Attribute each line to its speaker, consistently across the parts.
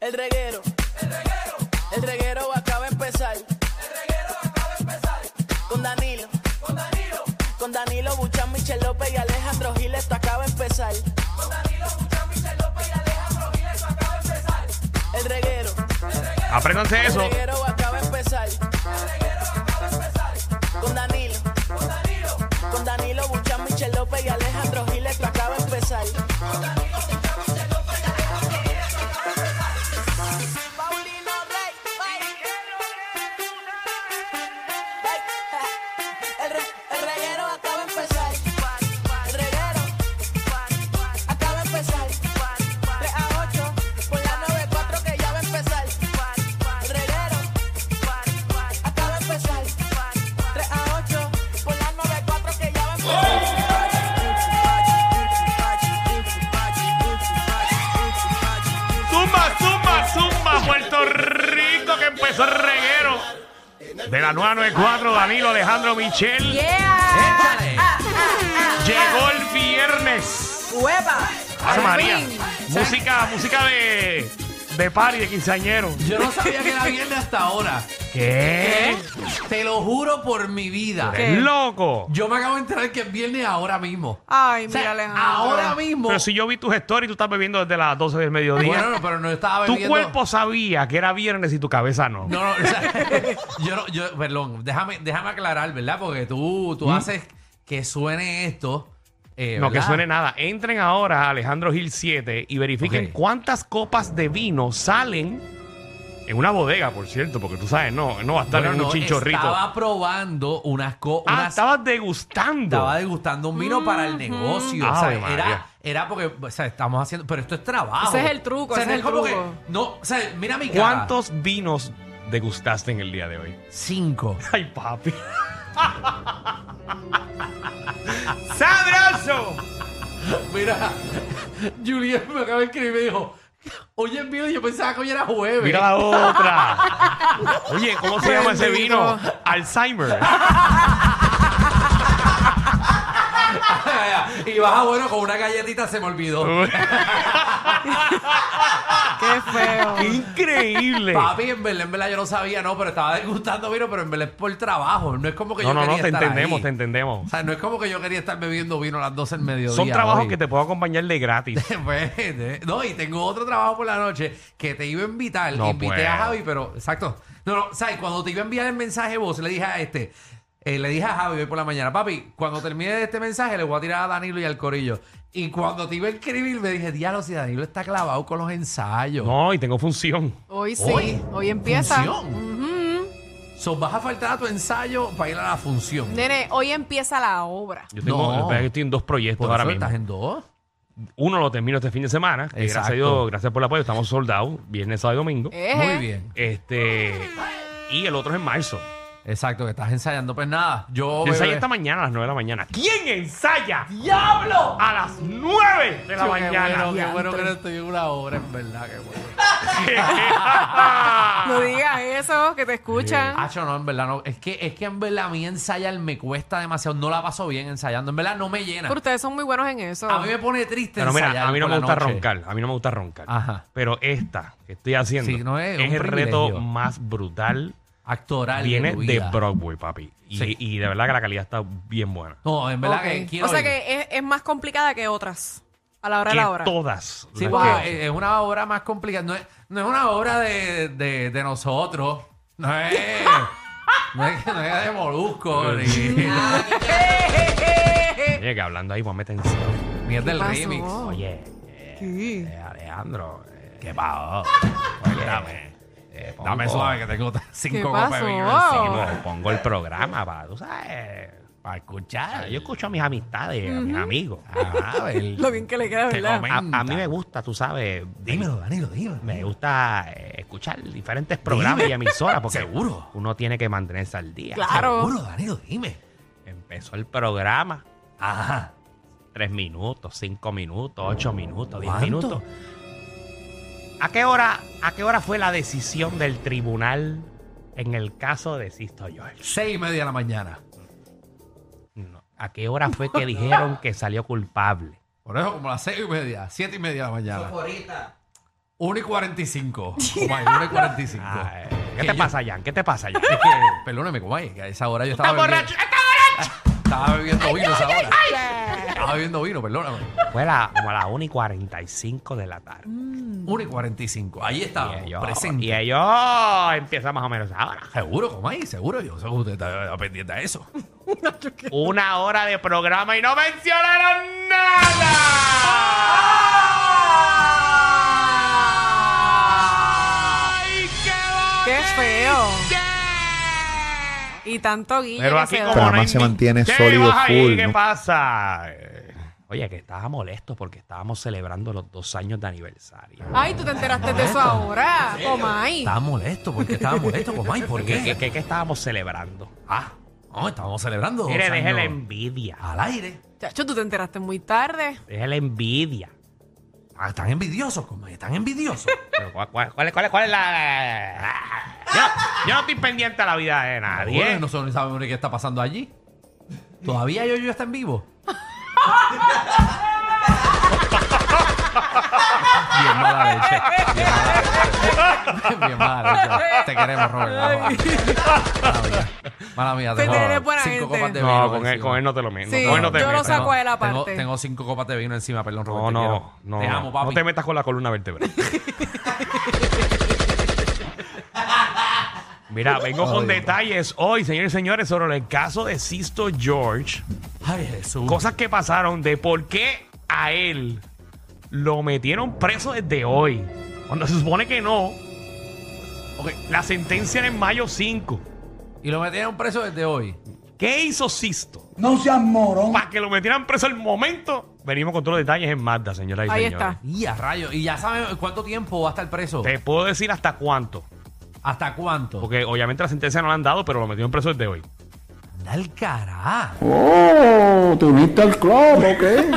Speaker 1: El reguero. El reguero acaba de empezar. Con Danilo. Con Danilo Buchan, Michel López y Alejandro Gil, esto acaba de empezar. El reguero.
Speaker 2: Apréndanse
Speaker 1: El
Speaker 2: eso.
Speaker 1: reguero acaba de empezar. Con Danilo. Con Danilo Buchan, Michel López y Alejandro Gil, esto acaba de empezar. Paulino Rey. Ey, El, re- el reguero acaba de empezar. El reguero acaba de empezar. 3 a 8 por la 94 que ya va a empezar. El reguero acaba de empezar. 3 a 8 por la 94 que ya va a empezar.
Speaker 2: Zumba, zumba, zumba, Puerto Rico que empezó el reguero. De la 994, Danilo Alejandro Michel. Llegó el viernes.
Speaker 1: ¡Hueva!
Speaker 2: Ave María. Música, música de, de party, de quinceañero.
Speaker 3: Yo no sabía que era viernes hasta ahora.
Speaker 2: ¿Qué?
Speaker 3: Te lo juro por mi vida.
Speaker 2: ¿Eres loco?
Speaker 3: Yo me acabo de enterar que es viernes ahora mismo.
Speaker 4: Ay,
Speaker 3: O sea,
Speaker 4: mira, Alejandro.
Speaker 3: ahora mismo.
Speaker 2: Pero si yo vi tus stories, tú estás bebiendo desde las 12 del mediodía.
Speaker 3: Bueno, no, pero no estaba
Speaker 2: tu
Speaker 3: bebiendo.
Speaker 2: cuerpo sabía que era viernes y tu cabeza no.
Speaker 3: No, no, o sea, yo no, yo, perdón, déjame, déjame aclarar, ¿verdad? Porque tú, tú haces que suene esto. eh,
Speaker 2: ¿Mm? No, que
Speaker 3: ¿verdad?
Speaker 2: suene nada. Entren ahora a Alejandro Gil 7 y verifiquen
Speaker 3: Ok.
Speaker 2: cuántas copas de vino salen en una bodega, por cierto, porque tú sabes, no, no va a estar
Speaker 3: Bueno,
Speaker 2: en un
Speaker 3: no,
Speaker 2: chinchorrito.
Speaker 3: Estaba probando unas cosas.
Speaker 2: ah, estabas degustando.
Speaker 3: Estaba degustando un vino para el negocio.
Speaker 2: Ave
Speaker 3: ¿sabes?
Speaker 2: María.
Speaker 3: Era, era porque, o sea, estamos haciendo. Pero esto es trabajo.
Speaker 4: Ese es el truco,
Speaker 3: O sea,
Speaker 4: ese es
Speaker 3: no
Speaker 4: el
Speaker 3: como
Speaker 4: truco.
Speaker 3: que- no, o sea, mira mi cara.
Speaker 2: ¿Cuántos vinos degustaste en el día de hoy?
Speaker 3: Cinco.
Speaker 2: Ay, papi. ¡Sabroso!
Speaker 3: Mira, Julián me acaba de escribir y me dijo: Hoy es vino, yo pensaba que hoy era jueves.
Speaker 2: Mira la otra. Oye, ¿cómo se llama ese vino? Alzheimer.
Speaker 3: y baja bueno con una galletita, se me olvidó.
Speaker 4: Qué feo.
Speaker 2: ¡Qué increíble!
Speaker 3: Papi, en verdad, en verdad yo no sabía, no, pero estaba degustando vino, pero en verdad es por trabajo. No es como que
Speaker 2: No,
Speaker 3: yo
Speaker 2: no,
Speaker 3: quería
Speaker 2: no, te
Speaker 3: estar
Speaker 2: entendemos,
Speaker 3: ahí.
Speaker 2: te entendemos.
Speaker 3: O sea, no es como que yo quería estar bebiendo vino a las 12 del mediodía.
Speaker 2: Son trabajos
Speaker 3: hoy.
Speaker 2: que te puedo acompañar de gratis.
Speaker 3: Vete. Pues, eh, No, y tengo otro trabajo por la noche que te iba a invitar.
Speaker 2: No pues.
Speaker 3: Invité
Speaker 2: puedo.
Speaker 3: a Javi, pero exacto. No, no, ¿sabes? Cuando te iba a enviar el mensaje vos, le dije a este, eh, le dije a Javi hoy por la mañana, papi, cuando termine este mensaje le voy a tirar a Danilo y al Corillo. Y cuando te iba a escribir, me dije, diablo, si Danilo está clavado con los ensayos.
Speaker 2: No, y tengo función.
Speaker 4: Hoy sí,
Speaker 3: Hoy,
Speaker 4: hoy, empieza.
Speaker 3: función. So, vas a faltar a tu ensayo para ir a la función.
Speaker 4: Nene, hoy empieza la obra.
Speaker 2: Yo tengo,
Speaker 3: No.
Speaker 2: la verdad es que estoy en dos proyectos
Speaker 3: Por
Speaker 2: ahora
Speaker 3: eso
Speaker 2: mismo.
Speaker 3: estás en dos.
Speaker 2: Uno lo termino este fin de semana. que gracias a
Speaker 3: Exacto.
Speaker 2: Dios, gracias por el apoyo. Estamos soldados, viernes, sábado y domingo.
Speaker 4: Eje.
Speaker 3: Muy bien.
Speaker 2: Este. Y el otro es en marzo.
Speaker 3: Exacto, que estás ensayando. Pues nada, yo...
Speaker 2: Yo ensayo
Speaker 3: bebé,
Speaker 2: esta mañana a las 9 de la mañana. ¿Quién ensaya? ¡Diablo! A las 9 de la
Speaker 3: Qué
Speaker 2: mañana.
Speaker 3: bueno, qué bueno que no estoy en una hora, en verdad, qué bueno.
Speaker 4: No digas eso, que te escuchan.
Speaker 3: Hacho, no, en verdad no. Es que, es que en verdad a mí ensayar me cuesta demasiado. No la paso bien ensayando. En verdad no me llena.
Speaker 4: Pero ustedes son muy buenos en eso.
Speaker 3: A mí me pone triste
Speaker 2: Pero mira,
Speaker 3: ensayar
Speaker 2: a mí no
Speaker 3: por
Speaker 2: me
Speaker 3: la
Speaker 2: gusta
Speaker 3: noche.
Speaker 2: roncar. A mí no me gusta roncar.
Speaker 3: Ajá.
Speaker 2: Pero esta que estoy haciendo
Speaker 3: Sí, no es un
Speaker 2: el reto
Speaker 3: privilegio.
Speaker 2: más brutal.
Speaker 3: Actoral.
Speaker 2: Viene
Speaker 3: tu
Speaker 2: de
Speaker 3: vida.
Speaker 2: Broadway, papi. Y,
Speaker 3: Sí.
Speaker 2: y de verdad que la calidad está bien buena.
Speaker 3: No, en verdad
Speaker 4: Ok.
Speaker 3: que quiero
Speaker 4: o sea
Speaker 3: ir.
Speaker 4: que es, es más complicada que otras. A la hora de
Speaker 2: Que
Speaker 4: la hora.
Speaker 2: todas.
Speaker 3: Sí,
Speaker 2: las
Speaker 3: porque
Speaker 2: que-
Speaker 3: es es una obra más complicada. No es, no es una obra de, de, de nosotros. No es... no, es, no es de Molusco. ni,
Speaker 2: Oye, que hablando ahí, pues métense.
Speaker 3: ni es del
Speaker 4: pasó?
Speaker 3: remix.
Speaker 2: Oye,
Speaker 4: Sí.
Speaker 2: eh, Alejandro. eh,
Speaker 3: ¿Qué pasó? Dame.
Speaker 2: eh, pongo-
Speaker 3: Dame suave que tengo cinco
Speaker 4: ¿Qué
Speaker 3: copas de vino
Speaker 4: pasó?
Speaker 3: encima.
Speaker 2: Pongo, pongo el programa para, tú sabes.
Speaker 3: Para
Speaker 2: Ah,
Speaker 3: escuchar.
Speaker 2: Yo escucho a mis amistades, a mis amigos.
Speaker 3: Ah, ver.
Speaker 4: Lo bien que le queda,
Speaker 3: Te
Speaker 4: ¿verdad?
Speaker 3: comen.
Speaker 2: A, a mí me gusta, tú sabes.
Speaker 3: Dímelo, Danilo, dímelo.
Speaker 2: Me gusta eh, escuchar diferentes programas y emisoras porque
Speaker 3: Seguro.
Speaker 2: uno tiene que mantenerse al día.
Speaker 4: Claro.
Speaker 3: Seguro, Danilo, dime.
Speaker 2: Empezó el programa.
Speaker 3: Ajá.
Speaker 2: tres minutos, cinco minutos, ocho minutos, diez
Speaker 3: ¿Cuánto?
Speaker 2: minutos. ¿A qué hora, a qué hora fue la decisión del tribunal en el caso de Sisto George?
Speaker 3: Seis y media de la mañana.
Speaker 2: No. ¿A qué hora fue que dijeron que salió culpable?
Speaker 3: Por eso, como las seis y media, siete y media de la mañana. 1 y 45. Comay, 1 y 45.
Speaker 2: Ay, ¿Qué
Speaker 3: Que
Speaker 2: te
Speaker 3: yo-
Speaker 2: pasa, Jan? ¿Qué te pasa, Jan?
Speaker 3: Es que, perdóname, Comay, que a esa hora yo estaba.
Speaker 2: ¡Está borracho!
Speaker 3: bebiendo-
Speaker 2: ¡Está borracho!
Speaker 3: Estaba bebiendo vino a esa hora. Estaba bebiendo vino, perdóname.
Speaker 2: Fue la- como a las 1 y 45 de la tarde.
Speaker 3: 1 y 45. Ahí
Speaker 2: y,
Speaker 3: estábamos,
Speaker 2: ellos,
Speaker 3: presente.
Speaker 2: y ellos empiezan más o menos ahora.
Speaker 3: Seguro, Comay, seguro. Yo sé que usted está pendiente a eso.
Speaker 2: Una hora de programa y no mencionaron nada. ¡Ay, qué
Speaker 4: ¡Qué feo!
Speaker 2: bonito!
Speaker 4: Y tanto guille
Speaker 2: Pero
Speaker 4: que
Speaker 2: aquí
Speaker 4: se
Speaker 2: como
Speaker 4: da.
Speaker 5: Pero además
Speaker 2: no hay
Speaker 5: se
Speaker 2: ni-
Speaker 5: mantiene
Speaker 2: ¿Qué
Speaker 5: sólido,
Speaker 2: vas ahí?
Speaker 5: full,
Speaker 2: ¿Qué
Speaker 5: ¿no?
Speaker 2: pasa? Eh, Oye, que estaba molesto porque estábamos celebrando los dos años de aniversario.
Speaker 4: Ay, tú te enteraste de eso ahora, Comay.
Speaker 3: Estaba molesto, porque estaba molesto, Comay. ¿Por
Speaker 2: ¿Qué, qué,
Speaker 3: qué?
Speaker 2: qué- qué estábamos celebrando?
Speaker 3: Ah, no, estábamos celebrando. dos
Speaker 2: Mire, deje
Speaker 3: años
Speaker 2: la envidia.
Speaker 3: Al aire.
Speaker 4: Chacho, tú te enteraste muy tarde.
Speaker 2: Deje la envidia.
Speaker 3: Ah, están envidiosos, Comay, están envidiosos.
Speaker 2: Pero ¿cuál, cuál, cuál es- cuál es- cuál es la...? Yo, yo no estoy pendiente a la vida de
Speaker 3: Seguro que
Speaker 2: nadie.
Speaker 3: Nosotros no sabemos ni qué está pasando allí. ¿Todavía yo, yo está en vivo? Bien mala leche. Bien mala leche. Bien mala leche. Te queremos, Robert. Vamos. Mala mía. Mala mía.
Speaker 4: Te
Speaker 3: tengo
Speaker 4: tenés buena
Speaker 3: cinco
Speaker 4: gente.
Speaker 3: copas de vino.
Speaker 2: No, con él,
Speaker 3: encima.
Speaker 2: con él no te lo metes.
Speaker 4: Sí,
Speaker 2: no, con él no te
Speaker 4: yo lo
Speaker 2: metas.
Speaker 4: saco a él
Speaker 3: Tengo,
Speaker 4: aparte.
Speaker 3: tengo cinco copas de vino encima, perdón, Robert.
Speaker 2: No,
Speaker 3: te
Speaker 2: no,
Speaker 3: quiero.
Speaker 2: no.
Speaker 3: Te amo, papi.
Speaker 2: No te metas con la columna vertebral. Mira, vengo con detalles hoy, señores y señores, sobre el caso de Sisto George.
Speaker 3: Ay, Jesús.
Speaker 2: Cosas que pasaron de por qué a él lo metieron preso desde hoy. Cuando se supone que no.
Speaker 3: Ok.
Speaker 2: La sentencia era en mayo 5.
Speaker 3: Y lo metieron preso desde hoy.
Speaker 2: ¿Qué hizo Sisto?
Speaker 6: No seas morón.
Speaker 2: Para que lo metieran preso al momento. Venimos con todos los detalles en Mazda, señoras y
Speaker 4: Ahí
Speaker 2: señores.
Speaker 4: está.
Speaker 3: Y a rayos. Y ya saben cuánto tiempo va a estar preso.
Speaker 2: Te puedo decir hasta cuánto.
Speaker 3: ¿Hasta cuánto?
Speaker 2: Porque obviamente la sentencia no la han dado, pero lo metieron preso desde hoy.
Speaker 3: Anda el carajo.
Speaker 6: Oh, ¿te uniste al club o qué?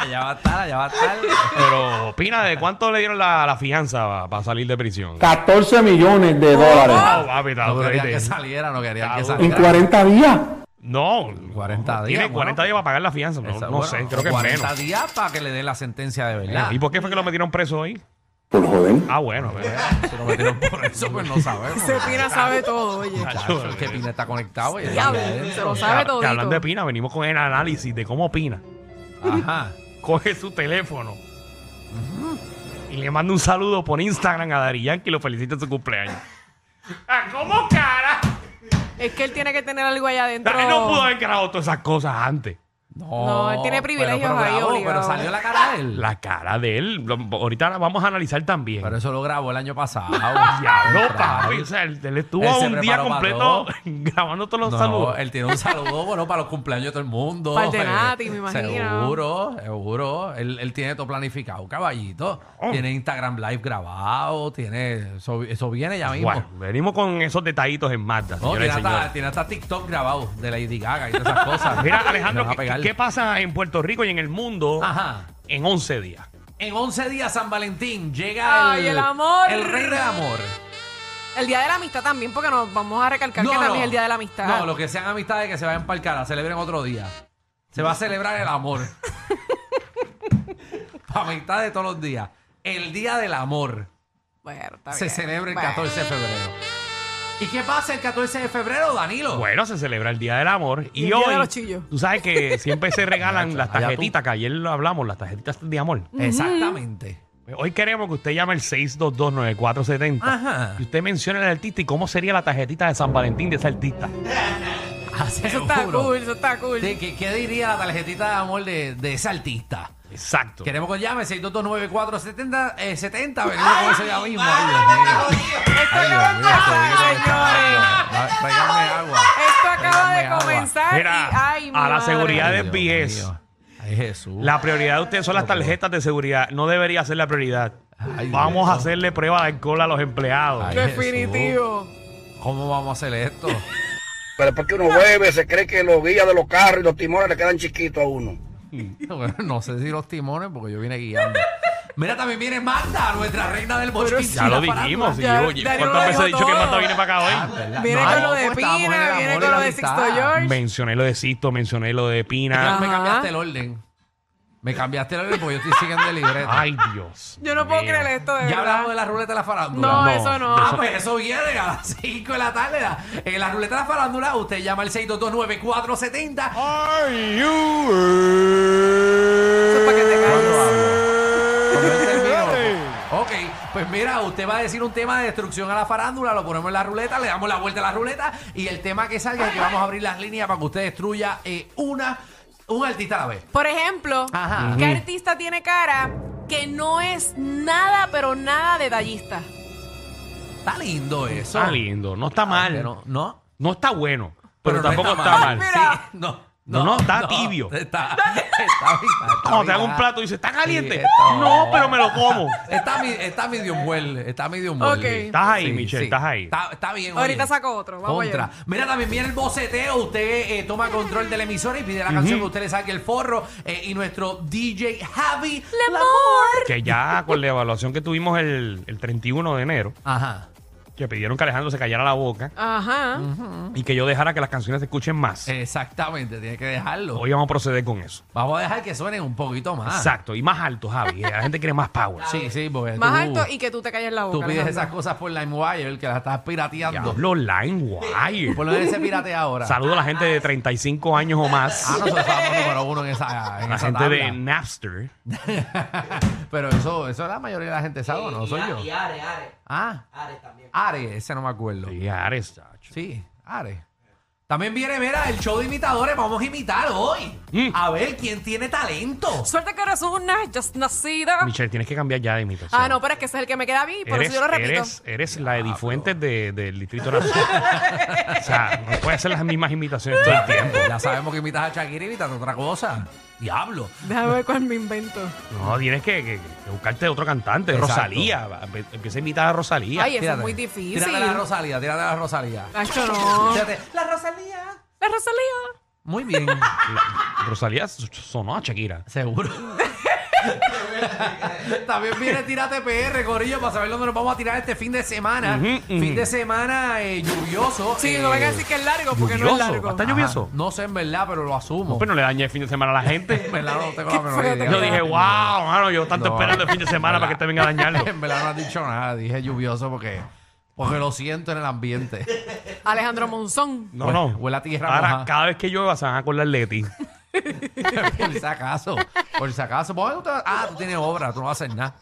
Speaker 3: Allá va a estar, allá va a estar.
Speaker 2: Pero opina de cuánto le dieron la, la fianza para salir de prisión.
Speaker 6: 14 millones de dólares.
Speaker 2: No, papi, está-
Speaker 3: No querían que
Speaker 2: está-
Speaker 3: saliera, no querían
Speaker 2: En
Speaker 3: que
Speaker 6: En
Speaker 3: saliera.
Speaker 6: 40 días.
Speaker 2: No,
Speaker 3: 40 días,
Speaker 2: Tiene
Speaker 3: bueno.
Speaker 2: 40 días para pagar la fianza. No,
Speaker 3: Esa-
Speaker 2: no
Speaker 3: bueno,
Speaker 2: sé, creo que es
Speaker 3: 40
Speaker 2: menos.
Speaker 3: días para que le den la sentencia de verdad.
Speaker 2: ¿Y por qué fue que lo metieron preso hoy?
Speaker 6: Por joder.
Speaker 2: Ah, bueno. pero-
Speaker 3: Si lo metieron por eso, pues no sabemos.
Speaker 4: Ese Pina sabe todo, oye.
Speaker 3: Chacho, es que Pina está conectado. pues, y-
Speaker 4: Diablo,
Speaker 3: y-
Speaker 4: se lo
Speaker 2: Que-
Speaker 4: sabe
Speaker 2: que
Speaker 4: todito.
Speaker 2: hablando de Pina, venimos con el análisis de cómo Pina
Speaker 3: Ajá.
Speaker 2: coge su teléfono y le manda un saludo por Instagram a Dari Yankee y lo felicita en su cumpleaños. Ah, ¿Cómo cara?
Speaker 4: Es que él tiene que tener algo allá adentro.
Speaker 2: Dari no pudo haber grabado todas esas cosas antes.
Speaker 3: No,
Speaker 4: No, él tiene privilegios
Speaker 3: pero, pero
Speaker 4: ahí,
Speaker 3: grabó,
Speaker 4: obligado.
Speaker 3: Pero salió la cara de él.
Speaker 2: La cara de él, lo- ahorita la vamos a analizar también.
Speaker 3: Pero eso lo grabó el año pasado.
Speaker 2: Diablo,
Speaker 3: Temprano.
Speaker 2: papi. O sea, él, él
Speaker 3: Él
Speaker 2: estuvo
Speaker 3: se
Speaker 2: un día
Speaker 3: preparó para
Speaker 2: completo grabando todos los
Speaker 3: No,
Speaker 2: saludos.
Speaker 3: él tiene un saludo bueno para los cumpleaños de todo el mundo.
Speaker 4: Para el de
Speaker 3: eh,
Speaker 4: Nati, me imagino.
Speaker 3: Seguro, seguro. Él, él tiene todo planificado, caballito.
Speaker 2: Oh.
Speaker 3: Tiene Instagram Live grabado, tiene... Eso, eso viene ya mismo.
Speaker 2: Bueno, venimos con esos detallitos en Mazda,
Speaker 3: No,
Speaker 2: señoras y
Speaker 3: tiene,
Speaker 2: señores.
Speaker 3: hasta, tiene hasta TikTok grabado de Lady Gaga y todas esas cosas.
Speaker 2: Mira,
Speaker 3: Le
Speaker 2: Alejandro,
Speaker 3: van a
Speaker 2: ¿qué,
Speaker 3: pegar.
Speaker 2: qué pasa en Puerto Rico y en el mundo
Speaker 3: Ajá.
Speaker 2: en 11 días?
Speaker 3: En 11 días San Valentín llega
Speaker 4: Ay, el amor.
Speaker 3: El rey del amor.
Speaker 4: El día de la amistad también, porque nos vamos a recalcar que también es el día de la amistad.
Speaker 3: No, los que sean amistades que se vayan para el cara, celebren otro día. Se va a celebrar el amor. para amistad de todos los días. El día del amor
Speaker 4: Bueno, está
Speaker 3: se
Speaker 4: bien.
Speaker 3: celebra el
Speaker 4: Bueno.
Speaker 3: 14 de febrero. ¿Y qué pasa el 14 de febrero, Danilo?
Speaker 2: Bueno, se celebra el Día del Amor y,
Speaker 4: Y el Día
Speaker 2: hoy,
Speaker 4: de los Chillos.
Speaker 2: tú sabes que siempre se regalan las
Speaker 3: Allá tú.
Speaker 2: tarjetitas, que ayer lo hablamos, las tarjetitas de amor.
Speaker 3: Exactamente.
Speaker 2: Hoy queremos que usted llame al 6229470
Speaker 3: Ajá.
Speaker 2: y usted mencione al artista y cómo sería la tarjetita de San Valentín de ese artista.
Speaker 4: Eso está cool, eso está cool.
Speaker 3: Sí, ¿qué, qué diría la tarjetita de amor de, de ese artista?
Speaker 2: Exacto.
Speaker 3: Queremos que llame 6229470 eh, 70, venimos con eso ya mismo. Ay, Dios mío. Ay, Dios mío, este virus me está dando. Va, Tráiganme agua.
Speaker 4: Esto acaba
Speaker 3: Tráiganme
Speaker 4: de
Speaker 3: agua.
Speaker 4: comenzar
Speaker 2: Mira,
Speaker 4: y ay,
Speaker 2: a
Speaker 4: madre.
Speaker 2: la seguridad de-
Speaker 3: Ay, Dios
Speaker 2: BS.
Speaker 3: mío. Ay, Jesús.
Speaker 2: La prioridad de ustedes son las tarjetas de seguridad. No debería ser la prioridad.
Speaker 3: Ay,
Speaker 2: Vamos
Speaker 3: Dios.
Speaker 2: a hacerle prueba de alcohol a los empleados.
Speaker 3: Ay,
Speaker 4: Definitivo.
Speaker 3: ¿Cómo vamos a hacer esto?
Speaker 7: Pero después que uno bebe, se cree que los guías de los carros y los timones le quedan chiquitos a uno.
Speaker 3: Bueno, no sé si los timones, porque yo vine guiando. Mira, también viene Magda, nuestra reina del bochinche.
Speaker 2: Ya lo
Speaker 3: la farándula.
Speaker 2: dijimos. sí,
Speaker 4: Ya,
Speaker 2: oye,
Speaker 4: Daniel
Speaker 2: ¿Cuántas
Speaker 4: lo
Speaker 2: veces he
Speaker 4: dijo
Speaker 2: dicho que
Speaker 4: todo.
Speaker 2: Manda viene para acá hoy?
Speaker 3: Ah, ¿verdad?
Speaker 4: Viene con lo de
Speaker 3: pues, estábamos en el
Speaker 4: Pina,
Speaker 3: amor
Speaker 4: viene
Speaker 3: y
Speaker 4: con
Speaker 3: la
Speaker 4: lo de
Speaker 3: amistad.
Speaker 4: Sixto George.
Speaker 2: Mencioné lo de Sisto, mencioné lo de
Speaker 3: Ya
Speaker 2: Pina.
Speaker 3: me
Speaker 4: Ajá.
Speaker 3: cambiaste el orden. Me cambiaste la letra porque yo estoy siguiendo el libreto.
Speaker 2: Ay, Dios.
Speaker 4: Yo no puedo
Speaker 2: mío.
Speaker 4: creer esto, de
Speaker 3: ya
Speaker 4: verdad.
Speaker 3: hablamos de la ruleta de la farándula.
Speaker 4: No,
Speaker 2: No,
Speaker 4: eso no.
Speaker 3: Ah, pues eso viene a las 5 de la tarde. la- En la ruleta de la farándula, usted llama al 6229470.
Speaker 2: Ah.
Speaker 4: Eso es para que te
Speaker 3: Cuando
Speaker 4: calles.
Speaker 3: hablo. Cuando él termine, loco. Ok, pues mira, usted va a decir un tema de destrucción a la farándula, lo ponemos en la ruleta, le damos la vuelta a la ruleta y el tema que salga es que vamos a abrir las líneas para que usted destruya eh, una, un artista a la vez.
Speaker 4: Por ejemplo,
Speaker 3: Ajá.
Speaker 4: ¿qué artista tiene cara que no es nada, pero nada detallista?
Speaker 3: Está lindo eso.
Speaker 2: Está lindo, no está mal.
Speaker 3: Pero, ¿No?
Speaker 2: No está bueno, pero,
Speaker 3: no
Speaker 2: tampoco está mal.
Speaker 3: Sí, no,
Speaker 2: No, no, está tibio.
Speaker 3: Está, está, está- está-
Speaker 2: Cuando te hago un
Speaker 3: está-
Speaker 2: plato y dices, ¿está caliente?
Speaker 3: Sí, está-
Speaker 2: no, pero me lo como.
Speaker 3: Está, mi- está medio envuelto. Está medio envuelto.
Speaker 4: Ok.
Speaker 2: Estás ahí, Michelle, estás ahí.
Speaker 3: Está, está bien.
Speaker 4: Ahorita
Speaker 3: oye.
Speaker 4: saco otro, vamos
Speaker 3: Contra.
Speaker 4: allá.
Speaker 3: Mira, también viene el boceteo. Usted eh, toma control de la emisora y pide la canción que usted le saque el forro. eh, y nuestro DJ Javi.
Speaker 4: ¡Lemor!
Speaker 2: Que ya con la evaluación que tuvimos el, el 31 de enero,
Speaker 3: Ajá.
Speaker 2: que pidieron que Alejandro se callara la boca
Speaker 4: Ajá.
Speaker 2: y que yo dejara que las canciones se escuchen más.
Speaker 3: Eh, Exactamente, tiene que dejarlo.
Speaker 2: Hoy vamos a proceder con eso.
Speaker 3: Vamos a dejar que suenen un poquito más.
Speaker 2: Exacto, y más alto, Javi. eh, La gente quiere más power.
Speaker 3: Ah. Sí, sí, porque
Speaker 4: Más
Speaker 3: tú,
Speaker 4: alto y que tú te calles la boca.
Speaker 3: tú pides
Speaker 4: Alejandro.
Speaker 3: esas cosas por LimeWire, que las estás pirateando.
Speaker 2: Diablo, LimeWire.
Speaker 3: Por lo menos se piratea ahora.
Speaker 2: Saludo a la gente de 35 años o
Speaker 3: Ah,
Speaker 2: más.
Speaker 3: nosotros estábamos número uno en esa, en
Speaker 2: La
Speaker 3: esa
Speaker 2: gente
Speaker 3: tabla.
Speaker 2: de Napster.
Speaker 3: Pero eso, eso la mayoría de la gente sabe, ¿o ¿no? Soy yo.
Speaker 5: Y Are, Are.
Speaker 3: Ah,
Speaker 5: Are también.
Speaker 3: Are, ese no me acuerdo.
Speaker 2: Sí, Ares, chacho.
Speaker 3: Sí, Are. También viene, mira, el show de imitadores. Vamos a imitar hoy.
Speaker 2: Mm.
Speaker 3: A ver quién tiene talento.
Speaker 4: Suerte que eres una just nacida.
Speaker 2: Michelle, tienes que cambiar ya de imitación.
Speaker 4: Ah, no, pero es que ese es el que me queda a mí, por eso yo lo repito.
Speaker 2: Eres, eres la edifuentes de, del Distrito Nacional. o sea, no puedes hacer las mismas imitaciones todo el tiempo.
Speaker 3: Ya sabemos que imitas a Shakira, imitas otra cosa. Diablo.
Speaker 4: Déjame ver cuál me invento.
Speaker 2: No, tienes que, que- que buscarte otro cantante.
Speaker 3: Exacto. eh.
Speaker 2: Rosalía. va, empe- Empieza a imitar a Rosalía.
Speaker 4: Ay, eso es
Speaker 3: Tírate.
Speaker 4: muy difícil.
Speaker 3: Tírate la Rosalía, tírate la Rosalía.
Speaker 4: Nacho, no.
Speaker 3: Tírate la Rosalía.
Speaker 4: La Rosalía.
Speaker 3: Muy bien,
Speaker 2: La- Rosalía s- sonó a Shakira.
Speaker 3: seguro. También viene Tírate PR, Corillo, para saber dónde nos vamos a tirar este fin de semana.
Speaker 2: Ujú, ujú.
Speaker 3: Fin de semana eh, lluvioso.
Speaker 4: Sí,
Speaker 3: eh,
Speaker 4: no venga a decir que es largo, porque no es
Speaker 2: lluvioso,
Speaker 4: largo.
Speaker 2: hasta
Speaker 3: Ajá.
Speaker 2: lluvioso?
Speaker 3: No sé en verdad, pero lo asumo.
Speaker 2: Pero Pues no le dañé el fin de semana a la gente.
Speaker 3: En verdad no tengo la menor
Speaker 4: feo te
Speaker 3: idea.
Speaker 2: Yo dije, wow, mano, yo tanto
Speaker 3: No,
Speaker 2: esperando el fin de semana para que te venga a dañarlo.
Speaker 3: En verdad no has dicho nada, dije lluvioso porque, porque lo siento en el ambiente.
Speaker 4: Alejandro Monzón.
Speaker 2: No,
Speaker 3: Hue-
Speaker 2: no.
Speaker 3: huele a tierra
Speaker 2: Ahora,
Speaker 3: mojada.
Speaker 2: cada vez que llueva se van a acordar de ti.
Speaker 3: por si acaso, por si acaso. Pues, tú te- ah, tú tienes obra, tú no vas a hacer nada.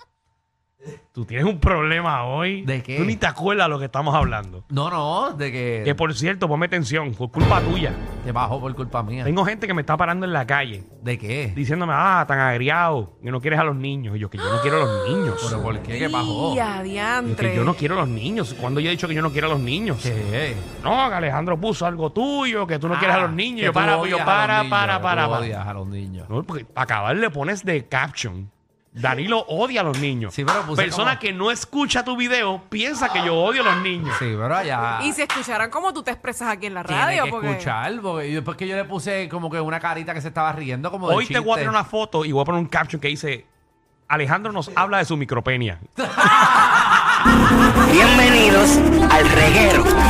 Speaker 2: Tú tienes un problema hoy.
Speaker 3: ¿De qué?
Speaker 2: Tú ni te acuerdas lo que estamos hablando.
Speaker 3: No, no, de que
Speaker 2: Que por cierto, ponme atención, por culpa tuya.
Speaker 3: te bajó por culpa mía.
Speaker 2: Tengo gente que me está parando en la calle
Speaker 3: ¿De qué?
Speaker 2: diciéndome, ah, tan agriado, que no quieres a los niños. Y yo, que yo no quiero a los niños.
Speaker 3: ¿Pero por qué? ¿Qué bajó?
Speaker 4: Y
Speaker 2: Yo,
Speaker 4: adiantre.
Speaker 2: que yo no quiero a los niños. Cuando yo he dicho que yo no quiero a los niños?
Speaker 3: ¿Qué? Ah,
Speaker 2: No, que Alejandro puso algo tuyo, que tú no quieres a los niños.
Speaker 3: que
Speaker 2: Yo,
Speaker 3: tú
Speaker 2: para,
Speaker 3: odias
Speaker 2: yo,
Speaker 3: a los
Speaker 2: para,
Speaker 3: niños,
Speaker 2: para,
Speaker 3: que
Speaker 2: para,
Speaker 3: tú
Speaker 2: para.
Speaker 3: odias a los niños.
Speaker 2: No, porque para acabar le pones de caption. Danilo odia a los niños.
Speaker 3: Sí, pero puse
Speaker 2: Persona
Speaker 3: como-
Speaker 2: que no escucha tu video piensa que yo odio a los niños.
Speaker 3: Sí, pero allá...
Speaker 4: Y si escucharan cómo tú te expresas aquí en la
Speaker 3: Tiene
Speaker 4: radio,
Speaker 3: que
Speaker 4: porque.
Speaker 3: escuchar, porque yo, después que yo le puse como que una carita que se estaba riendo como de
Speaker 2: Hoy te voy a
Speaker 3: chiste.
Speaker 2: poner una foto y voy a poner un caption que dice Alejandro nos habla de su micropenia.
Speaker 1: Bienvenidos al reguero.